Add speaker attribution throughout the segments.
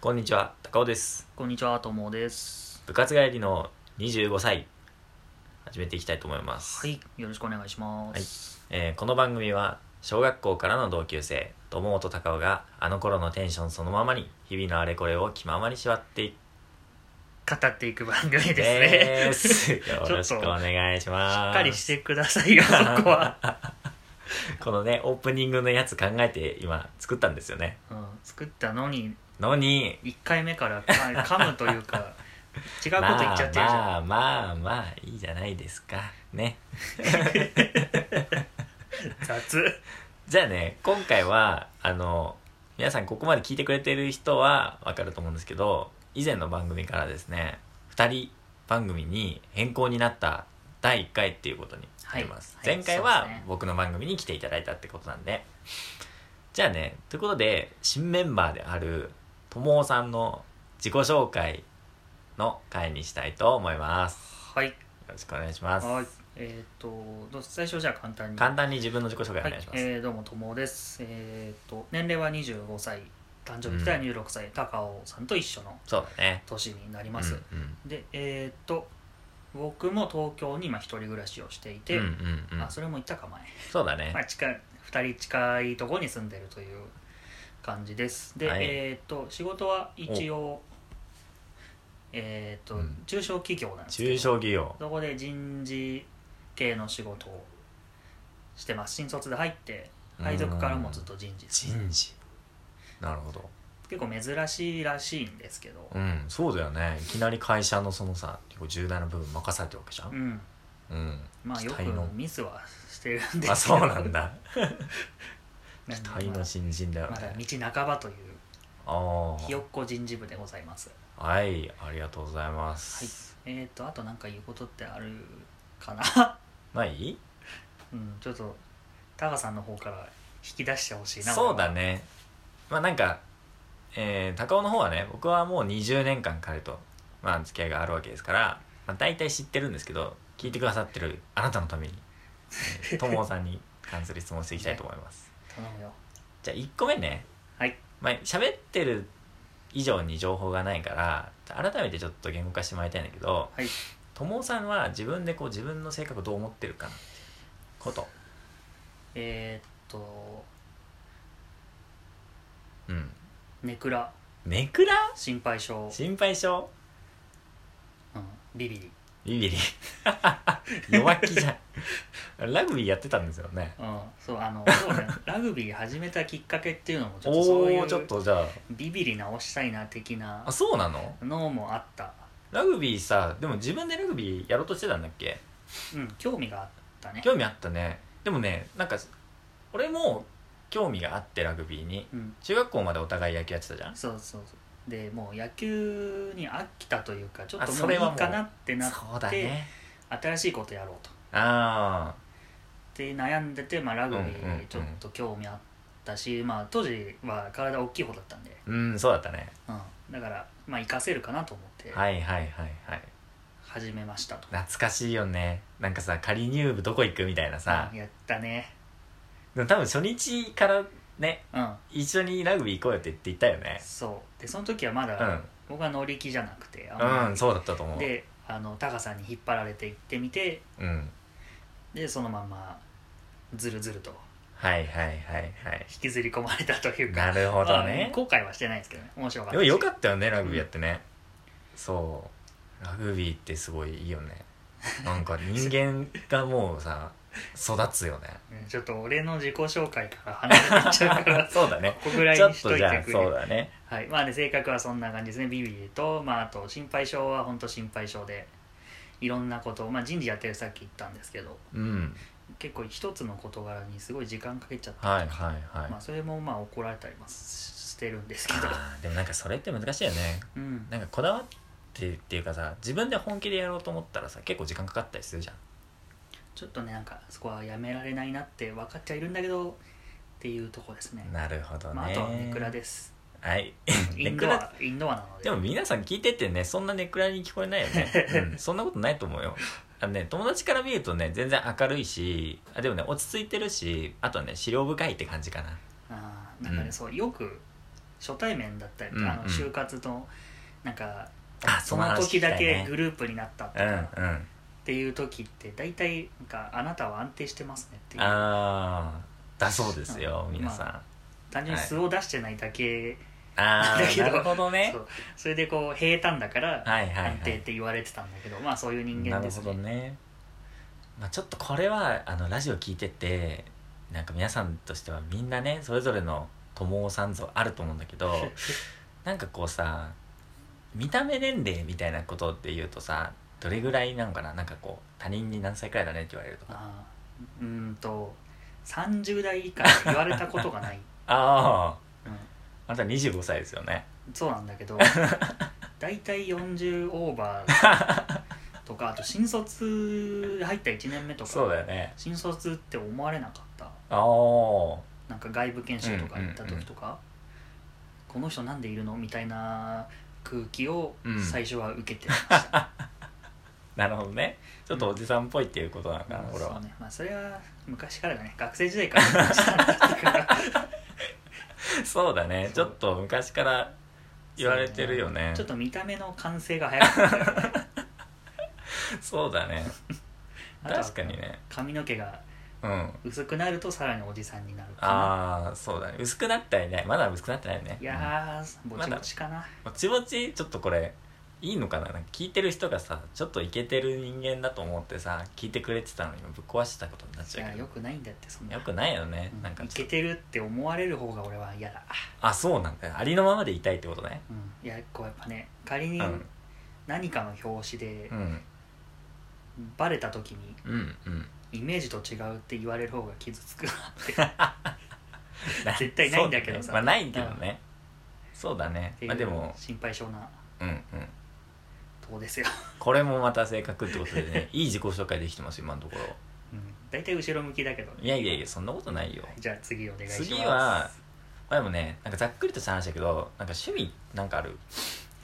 Speaker 1: こんにちは、高尾です。
Speaker 2: こんにちは、ともです。
Speaker 1: 部活帰りの25歳、始めていきたいと思います。
Speaker 2: はい、よろしくお願いします。
Speaker 1: えーこの番組は、小学校からの同級生、友本高尾があの頃のテンションそのままに、日々のあれこれを気ままに縛っていっ
Speaker 2: 語っていく番組ですね。
Speaker 1: て
Speaker 2: し
Speaker 1: す。 よろしくお願いします。
Speaker 2: っかりしてくださいよ、そこ は。
Speaker 1: このね、オープニングのやつ考えて今作ったんですよね。
Speaker 2: うん、作ったのに、
Speaker 1: のに、
Speaker 2: 1回目からか噛むというか、違うこと言っちゃってるじゃん。
Speaker 1: まあまあまあまあいいじゃないですかね
Speaker 2: 雑。
Speaker 1: じゃあね今回はあの皆さんここまで聞いてくれてる人はわかると思うんですけど以前の番組からですね2人番組に変更になった第1回っていうことになります、
Speaker 2: はいはい
Speaker 1: 前回
Speaker 2: そ
Speaker 1: は
Speaker 2: うですね
Speaker 1: 僕の番組に来ていただいたってことなんでじゃあねということで新メンバーであるともおさんの自己紹介の回にしたいと思います
Speaker 2: はい。
Speaker 1: よろしくお願いします
Speaker 2: はい。えっ、とどう、最初じゃあ簡単に。
Speaker 1: 簡単に自分の自己紹介お
Speaker 2: は
Speaker 1: 願いします、
Speaker 2: えーどうも、ともです。えっ、と、年齢は25歳、誕生日期は26歳、高尾さんと一緒の
Speaker 1: そうだね
Speaker 2: 年になります。
Speaker 1: うんうん
Speaker 2: でえーっと僕も東京に今一人暮らしをしていて、
Speaker 1: うんうんうん
Speaker 2: あそれも言ったか前、
Speaker 1: そうだね
Speaker 2: まあ、近い2人近いところに住んでるという感じですで、
Speaker 1: はい
Speaker 2: えーっと仕事は一応えーっと、
Speaker 1: うん
Speaker 2: 中小企業なんです
Speaker 1: 中
Speaker 2: けど
Speaker 1: 小企業
Speaker 2: そこで人事系の仕事をしてます新卒で入って配属からもずっと人事です
Speaker 1: 人事なるほど
Speaker 2: 結構珍しいらしいんですけど
Speaker 1: うんそうだよねいきなり会社のそのさ結構重大な部分任されてるわけじゃ
Speaker 2: うんん
Speaker 1: うん
Speaker 2: まあ
Speaker 1: 期
Speaker 2: よく
Speaker 1: 待の
Speaker 2: ミスはしてるんですけど
Speaker 1: あそうなんだ
Speaker 2: な
Speaker 1: 期
Speaker 2: んで
Speaker 1: 待
Speaker 2: まあ
Speaker 1: の新人だよ
Speaker 2: まだ
Speaker 1: ね
Speaker 2: 道半ばという
Speaker 1: あ
Speaker 2: ひよっこ人事部でございます。
Speaker 1: あはいありがとうございます
Speaker 2: えっ、と、あとなんか言うことってあるかな
Speaker 1: ない
Speaker 2: うん、ちょっと、タカさんの方から引き出してほしいな。
Speaker 1: そうだねまあなんかえー高尾の方はね僕はもう20年間彼と、まあ、付き合いがあるわけですから、まあ、大体知ってるんですけど聞いてくださってるあなたのために えー友尾さんに関する質問をしていきたいと思います
Speaker 2: 俺は。頼むよ。
Speaker 1: じゃあ1個目ね
Speaker 2: はい。
Speaker 1: まあ喋ってる以上に情報がないから改めてちょっと言語化してもらいたいんだけど
Speaker 2: はい。
Speaker 1: 友尾さんは自分でこう自分の性格をどう思ってるかなっていうこと
Speaker 2: えっ、と、
Speaker 1: うん
Speaker 2: ネクラ、
Speaker 1: ネクラ
Speaker 2: 心配性、
Speaker 1: 心配性
Speaker 2: うん、ビビリ。
Speaker 1: ビ ビリ弱気じゃんラグビーやってたんですよね
Speaker 2: うん、そう、あの、そうね、ラグビー始めたきっかけっていうのも、ちょっと
Speaker 1: お
Speaker 2: そう
Speaker 1: お
Speaker 2: い
Speaker 1: ーちょっ
Speaker 2: う、
Speaker 1: とじゃあ
Speaker 2: ビビリ直したいな的な
Speaker 1: あそうなの
Speaker 2: のもあった。
Speaker 1: ラグビーさでも自分でラグビーやろうとしてたんだっけ
Speaker 2: うん、興味があったね。
Speaker 1: 興味あったねでもねなんか俺も興味があってラグビーに
Speaker 2: うん。
Speaker 1: 中学校までお互い野球やってたじゃん
Speaker 2: そうそうそうでもう野球に飽きたというかちょっと
Speaker 1: あ
Speaker 2: も
Speaker 1: そう
Speaker 2: い
Speaker 1: れ
Speaker 2: い
Speaker 1: はもう
Speaker 2: かなってなっ
Speaker 1: そうだね
Speaker 2: て新しいことやろうと
Speaker 1: あ
Speaker 2: で悩んでて、まあ、ラグビ
Speaker 1: うんうんうん
Speaker 2: ーちょっと興味あったし、まあ、当時は体大きい方だったんで、
Speaker 1: あうんそうだったね
Speaker 2: うん、だからまあ活かせるかなと思って
Speaker 1: はいはいはいはい
Speaker 2: 始めましたと、
Speaker 1: 懐かしいよねなんかさ仮入部どこ行くみたいなさ
Speaker 2: うん、やったね
Speaker 1: でも多分初日からね
Speaker 2: うん
Speaker 1: 一緒にラグビー行こうよって言って行ったよね
Speaker 2: そうでその時はまだ、
Speaker 1: う
Speaker 2: 僕は乗り気じゃなくてあん
Speaker 1: ん、
Speaker 2: ま
Speaker 1: うん、
Speaker 2: り
Speaker 1: そうだったと思う
Speaker 2: であのタカさんに引っ張られて行ってみて
Speaker 1: うん
Speaker 2: でそのまんまずるずると
Speaker 1: はいはいはいはい
Speaker 2: 引きずり込まれたというか
Speaker 1: なるほどね
Speaker 2: まあ後悔はしてないですけどね面白かっ
Speaker 1: で
Speaker 2: た
Speaker 1: も
Speaker 2: し
Speaker 1: よかったよねラグビーやってね、そうラグビーってすごいいいよねなんか人間がもうさ育つよね
Speaker 2: うんちょっと俺の自己紹介から離れてっちゃうから こ
Speaker 1: そうだね
Speaker 2: こぐらい
Speaker 1: ちょ
Speaker 2: に
Speaker 1: っ
Speaker 2: しと
Speaker 1: と
Speaker 2: い
Speaker 1: じゃ
Speaker 2: て
Speaker 1: あ
Speaker 2: く
Speaker 1: そう
Speaker 2: れ
Speaker 1: だね
Speaker 2: はいまあね性格はそんな感じですねビビリと、まあ、あと心配性は本当心配性でいろんなことを、まあ、人事やってるさっき言ったんですけど
Speaker 1: うん
Speaker 2: 結構一つの事柄にすごい時間かけちゃって、
Speaker 1: はいはいはい、
Speaker 2: まあ、それもまあ怒られたりもしてるんですけど、
Speaker 1: あーでもなんかそれって難しいよね
Speaker 2: うん、
Speaker 1: なんかこだわってっていうかさ自分で本気でやろうと思ったらさ結構時間かかったりするじゃん
Speaker 2: ちょっとねなんかそこはやめられないなって分かっちゃいるんだけどっていうとこですね
Speaker 1: なるほどね、
Speaker 2: まあ、あとはネクラです
Speaker 1: はい
Speaker 2: イ
Speaker 1: ネ
Speaker 2: ン
Speaker 1: ク
Speaker 2: ド
Speaker 1: ラ
Speaker 2: アインドアなので
Speaker 1: でも皆さん聞いててねそんなネクラに聞こえないよ ね、うん、そんなことないと思うよあのね友達から見るとね全然明るいしあでもね落ち着いてるしあとはね資料深いって感じかな
Speaker 2: あーなんかね、
Speaker 1: うん
Speaker 2: そうよく初対面だったり、
Speaker 1: うんうん
Speaker 2: あの就活となんか
Speaker 1: あ
Speaker 2: その時だけグ
Speaker 1: ル
Speaker 2: ループになったと
Speaker 1: う
Speaker 2: か、
Speaker 1: ん
Speaker 2: っ
Speaker 1: うん
Speaker 2: ていう時って大体なんか「あなたは安定してますね」っていう
Speaker 1: ああだそうですよ
Speaker 2: うん
Speaker 1: 皆さん、
Speaker 2: 単純に素を出してないだけ、
Speaker 1: ああ
Speaker 2: だけど
Speaker 1: なるほどね
Speaker 2: そうそれでこう平坦だから
Speaker 1: はいはい、
Speaker 2: 安
Speaker 1: は
Speaker 2: 定っ
Speaker 1: い、
Speaker 2: て言われてたんだけど、まあそういう人
Speaker 1: な
Speaker 2: 間
Speaker 1: る
Speaker 2: です
Speaker 1: ほどね、まあ、ちょっとこれはあのラジオ聞いててなんか皆さんとしてはみんなねそれぞれの友さん像あると思うんだけど なんかこうさ見た目年齢みたいなことで言うとさどれぐらいなのかななんかこう他人に何歳くらいだねって言われるとか
Speaker 2: あーうーんと30代以下言われたことが ない、
Speaker 1: ああ
Speaker 2: うん、
Speaker 1: あなた25歳ですよね
Speaker 2: そうなんだ けど大体40オー バーとかあと新卒入った1年目とか
Speaker 1: そうだよね
Speaker 2: 新卒って思われなかった
Speaker 1: ああ
Speaker 2: なんか外部研修とか行った時とか、この人なんでいるのみたいな空気を
Speaker 1: うん
Speaker 2: 最初は受けてました、
Speaker 1: なるほどねちょっとおじさんっぽいっていうことな のかな、
Speaker 2: うん
Speaker 1: これ
Speaker 2: そ
Speaker 1: は
Speaker 2: うねまあそれは昔からだね学生時代から感じたんだから
Speaker 1: そうだねち
Speaker 2: そう
Speaker 1: ょっと昔から言われてるよね
Speaker 2: ち
Speaker 1: そ
Speaker 2: ょ
Speaker 1: う
Speaker 2: っと見た目の完成が早かったよね
Speaker 1: だね
Speaker 2: あとは
Speaker 1: 確かにね
Speaker 2: 髪の毛が
Speaker 1: うん
Speaker 2: 薄くなるとさらにおじさんになるかな
Speaker 1: ああそうだね薄くなったりねまだ薄くなってないよね
Speaker 2: いやー、ぼちぼちかな、
Speaker 1: うんぼちぼちちょっとこれいいのかななんか聞いてる人がさちょっとイケてる人間だと思ってさ聞いてくれてたのにぶっ壊してたことになっ
Speaker 2: い
Speaker 1: ちゃう
Speaker 2: や
Speaker 1: けど
Speaker 2: よくないんだってそんな
Speaker 1: よくないよね、
Speaker 2: うん
Speaker 1: なんか
Speaker 2: いけてるって思われる方が俺は嫌だ、
Speaker 1: あそうなんだよありのままでいたいってことね
Speaker 2: うん、いやこうやっぱね仮に
Speaker 1: うん
Speaker 2: 何かの表紙で
Speaker 1: うん
Speaker 2: バレた時に
Speaker 1: うんうん
Speaker 2: イメージと違うって言われる方が傷つくなって絶対ないんだけどさ
Speaker 1: そうねまあないけどね、そうだね
Speaker 2: ってい
Speaker 1: まあで
Speaker 2: う
Speaker 1: も
Speaker 2: 心配性な
Speaker 1: うんうん
Speaker 2: とこですよ、
Speaker 1: これもまた性格ってことで ねいい自己紹介できてます今のところ
Speaker 2: うん、大体後ろ向きだけどね
Speaker 1: いやいやいやそんなことないよ
Speaker 2: じゃあ次お願いします
Speaker 1: 次はまあでもねなんかざっくりとした話だけどなんか趣味なんかある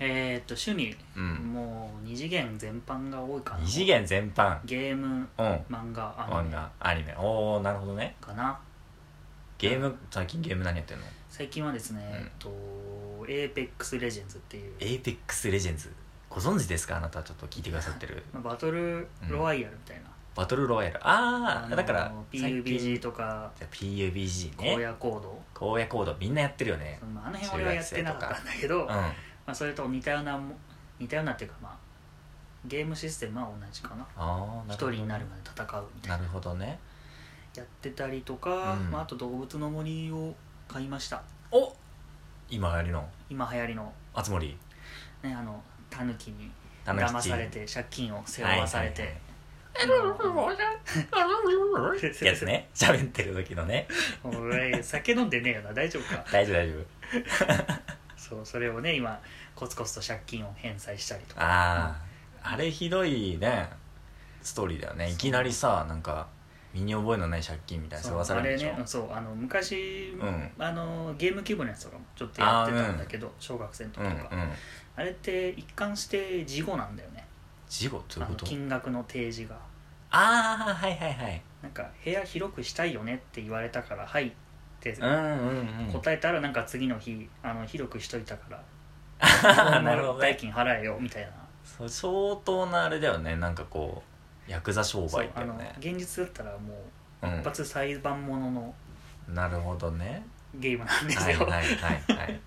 Speaker 2: えー、っと趣味、
Speaker 1: うん
Speaker 2: もう二次元全般が多いかな
Speaker 1: 二次元全般
Speaker 2: ゲーム
Speaker 1: うん
Speaker 2: 漫画アニ
Speaker 1: 漫
Speaker 2: メ
Speaker 1: 画アニメおおなるほどね
Speaker 2: かな
Speaker 1: ゲーム最近ゲーム何やってんの
Speaker 2: 最近はですね、えっと、Apex Legends っていう、
Speaker 1: ?APEX レジェンズご存知ですかあなたちょっと聞いてくださってる
Speaker 2: まあ、バトルロワイヤルみたいな、
Speaker 1: バトルロワイヤルあ
Speaker 2: あ
Speaker 1: あ
Speaker 2: の
Speaker 1: だから最近
Speaker 2: PUBG とか
Speaker 1: じゃあ PUBG ね
Speaker 2: 荒野行動、
Speaker 1: 荒野行動みんなやってるよね
Speaker 2: まあ、あの辺俺はやってなかったんだけど、
Speaker 1: うん
Speaker 2: まあ、それと似たようなも似たようなっていうかまあゲームシステムは同じかな
Speaker 1: ああ
Speaker 2: 一人になるまで戦うみたい
Speaker 1: な
Speaker 2: な
Speaker 1: るほどね
Speaker 2: やってたりとか、
Speaker 1: うん
Speaker 2: まあ、あと動物の森を買いました
Speaker 1: お今やりの
Speaker 2: 今流行りの
Speaker 1: あつ森
Speaker 2: ねあのタヌキに
Speaker 1: タヌキ
Speaker 2: 騙されて借金を背負わされて、
Speaker 1: ってやつね喋ってる時のね
Speaker 2: 俺酒飲んでねえよな大丈夫か
Speaker 1: 大丈夫大丈
Speaker 2: そうそれをね今コツコツと借金を返済したりと
Speaker 1: 夫
Speaker 2: か
Speaker 1: あああれひどいねストーリーだよね
Speaker 2: そう
Speaker 1: いきなりさなんか身に覚えのない借金みたいな
Speaker 2: そ
Speaker 1: 背
Speaker 2: う
Speaker 1: 負わさ
Speaker 2: あ
Speaker 1: れる
Speaker 2: れ
Speaker 1: でしょ
Speaker 2: ねそうあの昔、
Speaker 1: うん
Speaker 2: あのゲーム規模のやつとかもちょっとやってたんだけど、小学生の時
Speaker 1: う
Speaker 2: と
Speaker 1: んう
Speaker 2: か、
Speaker 1: ん
Speaker 2: あれって一貫して事後なんだよね
Speaker 1: 事後という
Speaker 2: あ
Speaker 1: こ
Speaker 2: の
Speaker 1: と
Speaker 2: 金額の提示が
Speaker 1: ああはいはいはい
Speaker 2: なんか部屋広くしたいよねって言われたから「はい」って
Speaker 1: うんうんうん
Speaker 2: 答えたらなんか次の日あの広くしとい たから
Speaker 1: あーなるほど
Speaker 2: 代
Speaker 1: ね
Speaker 2: 金払えよみたいな
Speaker 1: そう相当なあれだよねなんかこうヤクザ商
Speaker 2: そう
Speaker 1: 売だ
Speaker 2: あ
Speaker 1: よ
Speaker 2: の
Speaker 1: ね
Speaker 2: 現実だったらもう
Speaker 1: う
Speaker 2: 一
Speaker 1: ん
Speaker 2: 発裁判ものの
Speaker 1: なるほど ね
Speaker 2: ゲームなんです
Speaker 1: はい
Speaker 2: よ、
Speaker 1: はいはいはい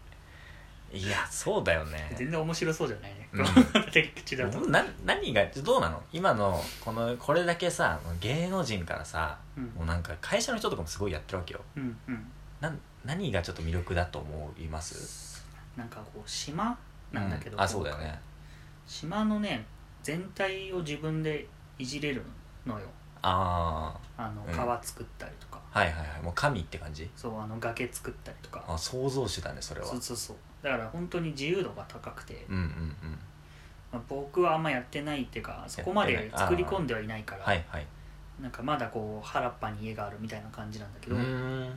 Speaker 1: いやそうだよね
Speaker 2: 全然面白そうじゃないね、
Speaker 1: うん
Speaker 2: この手口だと、
Speaker 1: な何がどうなの今のこのこれだけさ芸能人からさ
Speaker 2: うん
Speaker 1: もうなんか会社の人とかもすごいやってるわけよ
Speaker 2: うんうん
Speaker 1: なん何がちょっと魅力だと思います
Speaker 2: なんかこう島なんだけど、
Speaker 1: うあそうだよね
Speaker 2: 島のね全体を自分でいじれるのよ
Speaker 1: あ
Speaker 2: あの
Speaker 1: うん
Speaker 2: 川作ったりとか、
Speaker 1: あはいはいはいもう神って感じ
Speaker 2: そうあの崖作ったりとか
Speaker 1: あ創造主だねそれは
Speaker 2: そうそうそうだから本当に自由度が高くて、
Speaker 1: うんうんうん
Speaker 2: まあ僕はあんまやってないっていうかそこま
Speaker 1: やっ
Speaker 2: で
Speaker 1: てないあー
Speaker 2: 作り込んではいないから
Speaker 1: はいはい
Speaker 2: なんかまだこう原っぱに家があるみたいな感じなんだけ
Speaker 1: う
Speaker 2: ど、
Speaker 1: ーんへ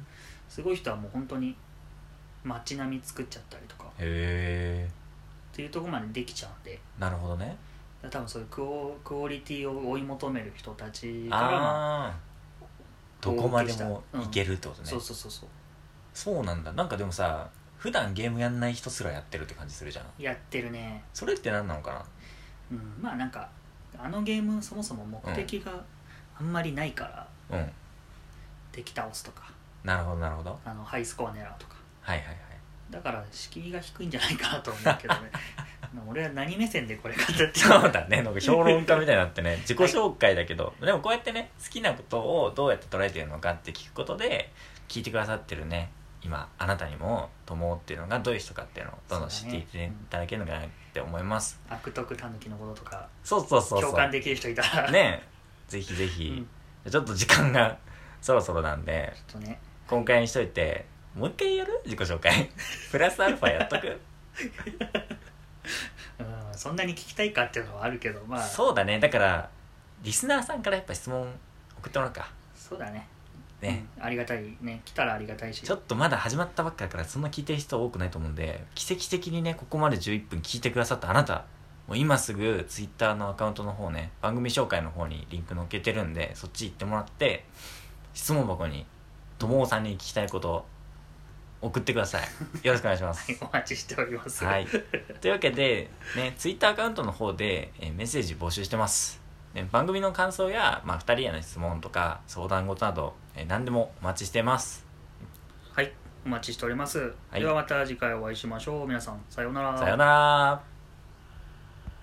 Speaker 2: すごい人はもう本当に街並み作っちゃったりとかっ
Speaker 1: え
Speaker 2: ていうところまでできちゃうんで
Speaker 1: なるほどね
Speaker 2: だから多分そういうクオクオリティを追い求める人たちからま
Speaker 1: あ
Speaker 2: あ
Speaker 1: あどこまでもいけるってことね
Speaker 2: そうそうそうそう
Speaker 1: そうなんだなんかでもさ普段ゲームやんない人すらやってるって感じするじゃん
Speaker 2: やってるね
Speaker 1: それって何なのかな
Speaker 2: うんまあなんかあのゲームそもそも目的があんまりないから、
Speaker 1: うん
Speaker 2: 敵倒すとか
Speaker 1: なるほどなるほど
Speaker 2: あのハイスコア狙うとか
Speaker 1: はい はいはい
Speaker 2: だから敷居が低いんじゃないかなと思うけ どねまあ俺は何目線でこれ語ってる
Speaker 1: そうだねなんか評論家みたいになって ね自己紹介だけど、でもこうやってね好きなことをどうやって捉えてるのかって聞くことで聞いてくださってるね今あなたにも友っていうのがどういう人かっていうのをどんどん知っていっていただけるのかなって思います
Speaker 2: 悪徳たぬきのこととか
Speaker 1: そうそうそうそう
Speaker 2: 共感できる人いたら、
Speaker 1: ねぜひぜ
Speaker 2: う
Speaker 1: ひ、
Speaker 2: ん、
Speaker 1: ちょっと時間が そろそろなんで
Speaker 2: ちょっとね
Speaker 1: 今回にしといてもう一回やる自己紹介 プラスアルファやっとく、
Speaker 2: うんそんなに聞きたいかっていうのはあるけどまあそう
Speaker 1: そうだねだからリスナーさんからやっぱ質問送ってもらおうか
Speaker 2: だね
Speaker 1: ね、
Speaker 2: うんありがたいね来たらありがたいし
Speaker 1: ちょっとまだ始まったばっかだからそんな聞いてる人多くないと思うんで奇跡的にねここまで11分聞いてくださったあなたもう今すぐ Twitter のアカウントの方ね番組紹介の方にリンク載っけてるんでそっち行ってもらって質問箱に友尾さんに聞きたいこと送ってくださいよろしくお願いします
Speaker 2: はいお待ちしております、
Speaker 1: はい、 というわけで、ね、ツイッターアカウントの方で、えーメッセージ募集してます、ね、番組の感想や、まあ、2人への質問とか相談事など、えー何でもお待ちしてます
Speaker 2: はい、お待ちしております、
Speaker 1: はい
Speaker 2: ではまた次回お会いしましょう皆さんさようなら
Speaker 1: さようなら